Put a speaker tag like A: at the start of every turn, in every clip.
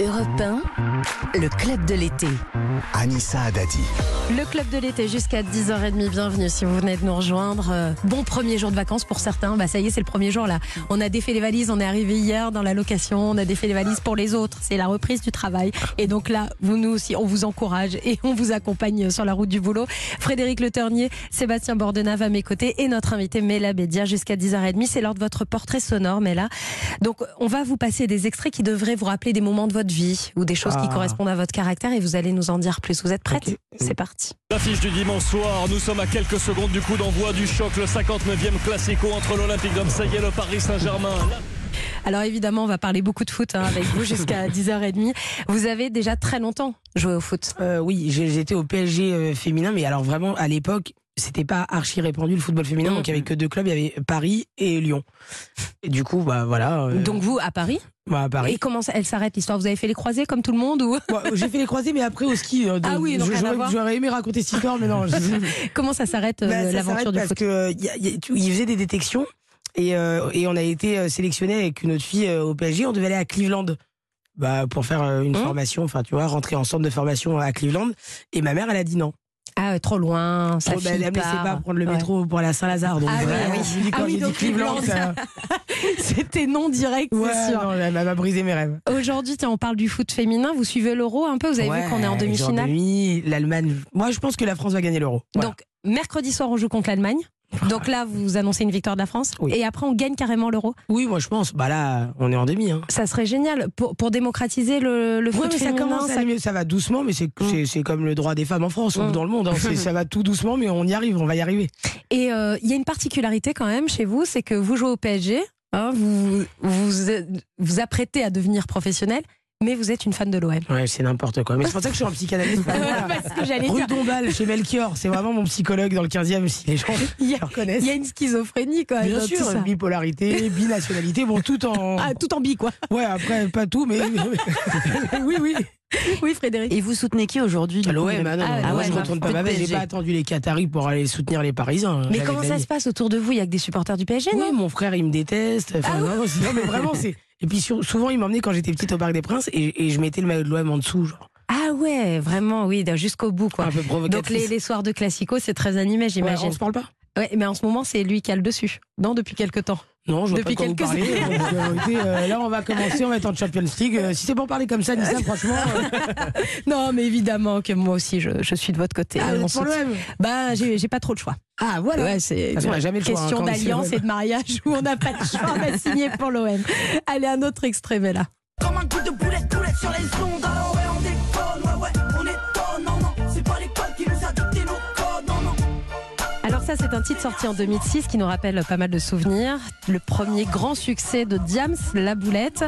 A: Europe 1, le club de l'été.
B: Anissa Adadi.
A: Le club de l'été jusqu'à 10h30. Bienvenue si vous venez de nous rejoindre. Euh, Bon premier jour de vacances pour certains. Bah ça y est, c'est le premier jour là. On a défait les valises, on est arrivé hier dans la location, on a défait les valises pour les autres. C'est la reprise du travail. Et donc là, vous nous aussi, on vous encourage et on vous accompagne sur la route du boulot. Frédéric Le Ternier, Sébastien Bordenave à mes côtés et notre invité Mela Bédia jusqu'à 10h30. C'est l'heure de votre portrait sonore, Mela. Donc on va vous passer des extraits qui devraient vous rappeler des moments de votre vie ou des choses qui
C: Ah.
A: correspondent à votre caractère et vous allez nous en dire plus. Vous êtes prête
C: Ok.
A: C'est parti.
D: L'affiche du dimanche soir, nous sommes à quelques secondes du coup d'envoi du choc, le 59e classico entre l'Olympique d'Marseille et le Paris Saint-Germain.
A: Alors évidemment, on va parler beaucoup de foot hein, avec vous jusqu'à 10h30. Vous avez déjà très longtemps joué au foot.
C: Euh, oui, j'ai- j'étais au PSG euh, féminin, mais alors vraiment, à l'époque, c'était pas archi répandu le football féminin,
A: Mhm.
C: donc il y avait que deux clubs, il y avait Paris et Lyon. Et du coup, bah voilà. euh,
A: Donc vous à Paris,
C: bah, à Paris.
A: Et comment ça- elle s'arrête l'histoire Vous avez fait les croisés comme tout le monde ou
C: Moi, j'ai fait les croisés, mais après au ski. euh,
A: Ah oui, donc
C: je-
A: rien à
C: j'aurais-
A: voir.
C: J'aurais aimé raconter cette histoire, mais non. je-
A: comment ça s'arrête euh,
C: Bah, ça
A: l'aventure
C: s'arrête
A: du
C: parce
A: foot
C: que euh, y a- y a- tu- ils faisaient des détections et, euh, et on a été euh, sélectionnés avec une autre fille euh, au PSG. On devait aller à Cleveland. Bah, pour faire euh, une
A: Hein
C: formation, enfin tu vois, rentrer en centre de formation à Cleveland. Et ma mère, elle a dit non.
A: Ah, euh, trop loin, ça
C: Bon, bah,
A: file
C: elle me laissait
A: part.
C: pas prendre le
A: Ouais.
C: métro pour aller à Saint-Lazare. Donc,
A: Ah oui,
C: vraiment,
A: ah oui.
C: je lui dis
A: Ah
C: quand
A: oui,
C: j'ai dit
A: donc
C: Cleveland,
A: Cleveland.
C: ça-
A: C'était non direct, c'est
C: Ouais,
A: sûr.
C: non, elle m'a brisé mes rêves.
A: Aujourd'hui, tiens, on parle du foot féminin. Vous suivez l'Euro un peu Vous avez
C: Ouais,
A: vu qu'on est en
C: genre
A: demi-finale.
C: demi, L'Allemagne. Moi, je pense que la France va gagner l'euro. Voilà.
A: Donc mercredi soir, on joue contre l'Allemagne. Donc là, vous annoncez une victoire de la France.
C: Oui.
A: Et après, on gagne carrément l'Euro.
C: oui, moi, je pense. Bah là, on est en demi. Hein.
A: Ça serait génial pour, pour démocratiser le, le
C: Ouais,
A: foot
C: mais ça
A: féminin.
C: commence à
A: ça-
C: aller mieux. Ça va doucement, mais c'est c'est- c'est comme le droit des femmes en France ou
A: Mm.
C: dans le monde. hein. C'est- Ça va tout doucement, mais on y arrive. On va y arriver.
A: Et euh, il y a une particularité quand même chez vous, c'est que vous jouez au PSG, hein, vous, vous vous apprêtez à devenir professionnel, mais vous êtes une fan de l'OM.
C: Ouais, c'est n'importe quoi. Mais c'est pour ça que je suis en psychanalyse. Voilà.
A: Parce que j'allais
C: Rue
A: dire,
C: Dombal, chez Melchior. C'est vraiment mon psychologue dans le 15e, si les gens
A: il y, a-
C: le reconnaissent.
A: il y a une schizophrénie quand même.
C: Bien
A: dans tout
C: sûr,
A: ça.
C: bipolarité, binationalité, bon, tout en.
A: Ah, tout en bi quoi.
C: Ouais, après, pas tout, mais. oui, oui.
A: Oui, Frédéric.
E: Et vous soutenez qui aujourd'hui du
C: L'OM,
E: coup,
C: ah non,
A: Ah,
C: non,
A: ouais,
C: moi, je
A: bah,
C: retourne pas
E: faut
C: ma
E: le
C: veste. J'ai
E: PSG.
C: pas attendu les Qataris pour aller soutenir les Parisiens. hein,
A: Mais
C: J'avais
A: comment
C: de la
A: ça
C: vie.
A: se passe autour de vous Il y a que des supporters du PSG,
C: Oui,
A: Eh non Ah
C: mon frère, il me déteste. Enfin, non, non, c'est- non, mais vraiment, c'est. Et puis sur- souvent, il m'emmenait quand j'étais petite au Parc des Princes et, et je mettais le maillot de l'OM en dessous, genre.
A: Ah ouais, vraiment, oui, d'un- jusqu'au bout quoi.
C: Un peu provocatrice.
A: Donc les, les soirs de Classico, c'est très animé,
C: Ouais,
A: j'imagine.
C: on se parle pas
A: Ouais, mais en ce moment, c'est lui qui a le dessus. Non, depuis quelques temps.
C: Non, je vois
A: Depuis
C: pas de quoi vous
A: quelques
C: parlez. Donc, euh, écoutez, euh, là, on va commencer, on va être en Champions League. Euh, si c'est pour parler comme ça, Nissa, franchement. euh,
A: Non, mais évidemment que moi aussi, je, je suis de votre côté.
C: ah,
A: euh,
C: vous
A: on
C: êtes pour
A: soutient.
C: l'OM
A: Bah, j'ai j'ai pas trop le choix.
C: Ah, voilà.
A: Ouais, c'est
C: De toute façon, on a jamais le choix, hein,
A: question
C: quand on est sur
A: d'alliance
C: l'OM.
A: et de mariage où on n'a pas de choix. On va signer pour l'OM. Allez, un autre extrait, là.
F: Comme un coup de boulette, boulette sur les ondes Alors ouais, on déconne, ouais, ouais, on étonne Non, non, c'est pas l'école qui nous a dicté nos codes Non, non
A: Alors ça, c'est un titre sorti en 2006 qui nous rappelle pas mal de souvenirs. Le premier grand succès de Diams, La Boulette.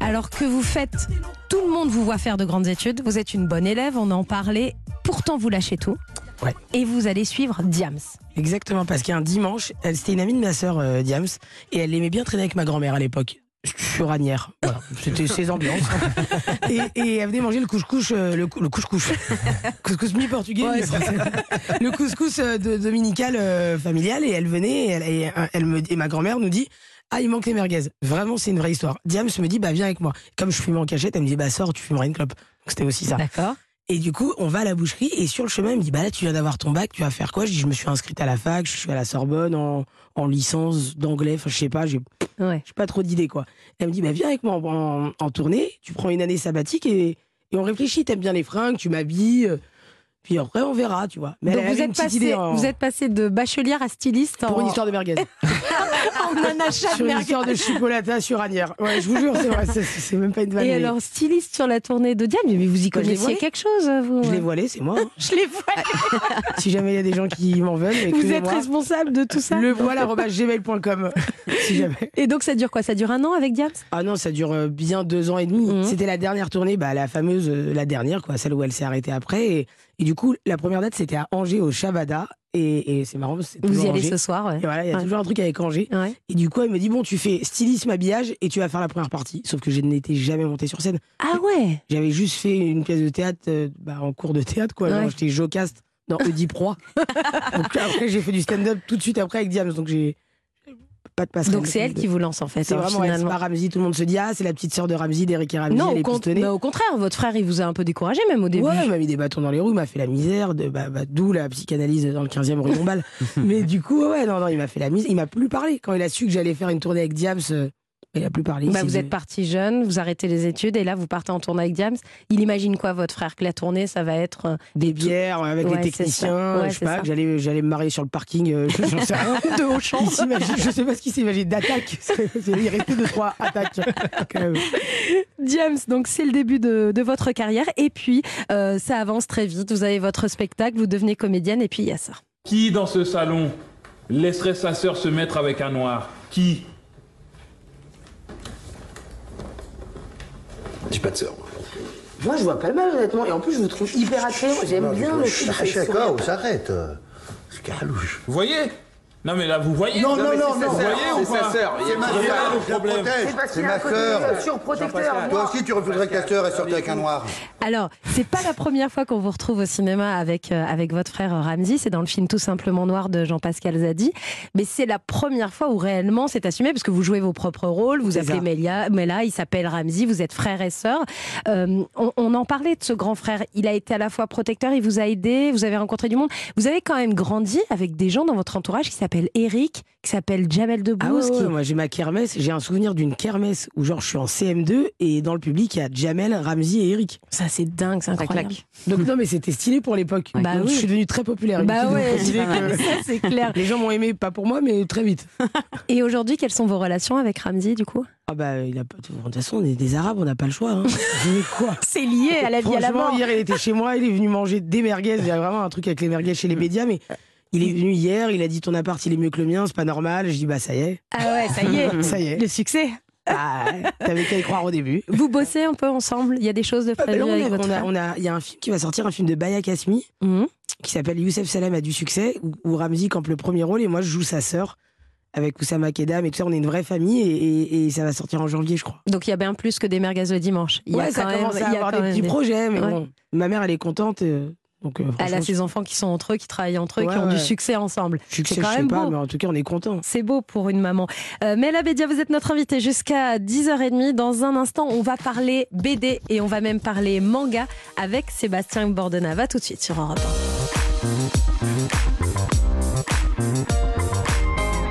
A: Alors que vous faites, tout le monde vous voit faire de grandes études. Vous êtes une bonne élève, on en parlait. Pourtant, vous lâchez tout.
C: Ouais.
A: Et vous allez suivre Diams.
C: Exactement, parce qu'un dimanche, elle c'était une amie de ma sœur, euh, Diams, et elle aimait bien traîner avec ma grand-mère à l'époque. Sur Ranière. Voilà. C'était ses ambiances. hein. et, et elle venait manger le couscous, euh, le, cou- le couscous. Couscous mi-portugais.
A: Ouais,
C: mi-français. le couscous euh, de, dominical euh, familial. Et elle venait, et, elle, et, euh, elle me, et ma grand-mère nous dit Ah, il manque les merguez. Vraiment, c'est une vraie histoire. Diams me dit Bah, viens avec moi. Comme je fumais en cachette, elle me dit Bah, sors, tu fumeras une clope. Donc, C'était aussi ça.
A: D'accord.
C: Et du coup, on va à la boucherie et sur le chemin, il me dit bah là tu viens d'avoir ton bac, tu vas faire quoi Je dis je me suis inscrite à la fac, je suis à la Sorbonne en, en licence d'anglais, enfin je sais pas, j'ai
A: Ouais.
C: j'ai pas trop d'idées quoi. Elle me dit bah viens avec moi en, en- en tournée, tu prends une année sabbatique et, et on réfléchit, t'aimes bien les fringues, tu m'habilles, euh, puis après on verra, tu vois. Mais
A: Donc
C: elle
A: vous
C: avait une
A: êtes,
C: petite
A: passé,
C: idée en-
A: vous êtes passé de bachelière à styliste
C: pour
A: en,
C: une histoire de merguez,
A: en un achat de
C: sur une
A: merguez.
C: histoire de chocolat sur Anière. Ouais, je vous jure, c'est vrai, c'est- c'est même pas une vanne.
A: Et
C: mais
A: alors, styliste sur la tournée de Diane, mais vous y
C: Bah, je l'ai
A: connaissiez
C: volé.
A: quelque chose, vous
C: Je l'ai voilé, c'est moi. hein.
A: Je les vois.
C: si jamais il y a des gens qui m'en veulent,
A: Vous êtes
C: écrivez-moi.
A: responsable de tout ça.
C: Le voile gmail.com. si jamais.
A: Et donc, ça dure quoi Ça dure un an avec Diane
C: Ah non, ça dure euh, bien deux ans et demi.
A: Mhm.
C: C'était la dernière tournée, bah, la fameuse, euh, la dernière, quoi, celle où elle s'est arrêtée après. Et, et du coup, la première date, c'était à Angers, au Chavada. Et, et c'est marrant, parce que c'est
A: Vous
C: toujours
A: y allez
C: Angers.
A: ce soir, ouais.
C: Et voilà, il y a
A: Ouais.
C: toujours un truc avec Angers.
A: Ouais.
C: Et du coup, elle me dit bon, tu fais stylisme, habillage, et tu vas faire la première partie. Sauf que je n'étais jamais montée sur scène.
A: Ah ouais
C: J'avais juste fait une pièce de théâtre, euh, bah, en cours de théâtre, quoi. Genre,
A: Ouais.
C: J'étais jocaste dans Oediproie. Donc après, j'ai fait du stand-up tout de suite après avec Diams. Donc j'ai pas de passerelle.
A: Donc c'est elle qui vous lance en fait.
C: C'est
A: hein,
C: vraiment elle, c'est
A: finalement.
C: pas Ramsey. Tout le monde se dit, ah, c'est la petite sœur de Ramsey, d'Eric et Ramsey.
A: Non,
C: elle
A: au,
C: est
A: con-
C: pistonnée.
A: bah, au contraire, au contraire, il vous a un peu découragé même au début.
C: Ouais, il m'a mis des bâtons dans les roues, il m'a fait la misère, de, bah, bah, d'où la psychanalyse dans le 15e rue Dombal. Mais du coup, ouais, non, non, il m'a fait la mise, il m'a plus parlé. Quand il a su que j'allais faire une tournée avec Diams, euh, il a plus parlé. Il
A: Bah,
C: s'est
A: vous
C: dit-
A: êtes parti jeune, vous arrêtez les études et là vous partez en tournée avec Diams. Il imagine quoi votre frère que la tournée ça va être euh,
C: Des bières euh, avec
A: Ouais,
C: les
A: c'est ça.
C: techniciens,
A: Ouais,
C: je sais
A: c'est
C: pas,
A: ça.
C: que j'allais, j'allais me marier sur le parking, euh, je- j'en sais rien.
A: de haut champ.
C: Il s'imagine- je sais pas ce qu'il s'imagine d'attaque. Il restait deux, trois attaques. quand même.
A: Diams, donc c'est le début de, de votre carrière et puis euh, ça avance très vite. Vous avez votre spectacle, vous devenez comédienne et puis il y a ça.
E: Qui dans ce salon laisserait sa sœur se mettre avec un noir Qui
G: J'ai pas de sœur.
H: Moi, je vois pas mal, honnêtement. Et en plus, je vous trouve hyper attirant. J'aime bien le film.
G: Chacun,
B: s'arrête. C'est calouche.
E: Vous voyez Non mais là vous voyez
B: Non, non,
G: mais
B: non,
G: c'est sa
B: non.
G: sœur,
B: Voyez
E: ou
G: c'est
E: pas
G: sa sœur. Il y a
B: ma
H: Ah,
G: pas de
B: sœur, je la
G: problème.
B: protège.
H: C'est parce
B: C'est
H: qu'il a
B: ma
H: un côté
B: sœur.
H: surprotecteur.
B: Toi
H: Moi,
B: aussi, tu refuserais que ta sœur elle sortait avec un noir.
A: Alors, c'est pas la première fois qu'on vous retrouve au cinéma avec, euh, avec votre frère euh, Ramzy, c'est dans le film Tout simplement noir de Jean-Pascal Zadi, mais c'est la première fois où réellement c'est assumé parce que vous jouez vos propres rôles, vous
C: C'est
A: appelez
C: ça.
A: Mélia, Mela, il s'appelle Ramzy, vous êtes frère et sœur. Euh, on, on en parlait de ce grand frère, il a été à la fois protecteur, il vous a aidé, vous avez rencontré du monde, vous avez quand même grandi avec des gens dans votre entourage qui s'appellent Eric, qui s'appellent Jamel
C: Ah ouais,
A: Debbouze,
C: ouais,
A: qui-
C: moi j'ai ma kermesse, j'ai un souvenir d'une kermesse où genre je suis en CM2 et dans le public il y a Jamel, Ramzi et Eric.
A: ça c'est dingue, c'est incroyable.
C: Donc non mais c'était stylé pour l'époque.
A: Bah
C: Donc,
A: oui.
C: Je suis devenu très populaire.
A: Bah
C: Il me
A: ouais,
C: faut dire que
A: ça c'est clair.
C: Les gens m'ont aimé pas pour moi mais très vite.
A: Et aujourd'hui, quelles sont vos relations avec Ramzy du coup
C: Ah bah il a pas de toute façon on est des Arabes on n'a pas le choix. Hein. Mais quoi
A: C'est lié à la vie à la
C: Franchement,
A: mort.
C: hier il était chez moi, il est venu manger des merguez. Il y a vraiment un truc avec les merguez chez les médias mais il est venu hier, il a dit ton appart il est mieux que le mien, c'est pas normal. Je dis bah ça y est,
A: Ah ouais, ça y est.
C: ça y est.
A: Le succès.
C: Ah, T'avais qu'à y croire au début.
A: Vous bossez un peu ensemble. Il y a des choses de
C: Ah bah
A: famille
C: là, on
A: avec
C: a-
A: votre
C: on a-
A: frère.
C: on a- il y a un film qui va sortir, un film de Baya Kasmi,
A: Mhm.
C: qui s'appelle Youssef Salem a du succès, où, où Ramzi campe le premier rôle et moi je joue sa sœur avec Oussama Kedam et tout ça. On est une vraie famille et, et- et ça va sortir en janvier, je crois.
A: Donc il y a bien plus que des merguez le dimanche. Il y a
C: ouais, ça
A: quand même-
C: commence à
A: il y a
C: avoir
A: quand
C: des
A: même
C: petits projets, mais
A: Ouais.
C: bon, ma mère elle est contente. euh, donc, euh,
A: Elle
C: franchement,
A: a ses Ah, enfants qui sont entre eux, qui travaillent entre eux,
C: Ouais,
A: qui ont du
C: ouais.
A: succès ensemble.
C: succès,
A: c'est quand
C: je sais
A: même
C: pas,
A: beau.
C: mais en tout cas on est content.
A: C'est beau pour une maman. Euh, Mela Bédia, vous êtes notre invitée jusqu'à 10h30. Dans un instant, on va parler BD et on va même parler manga avec Sébastien Bordenava tout de suite sur Europe 1.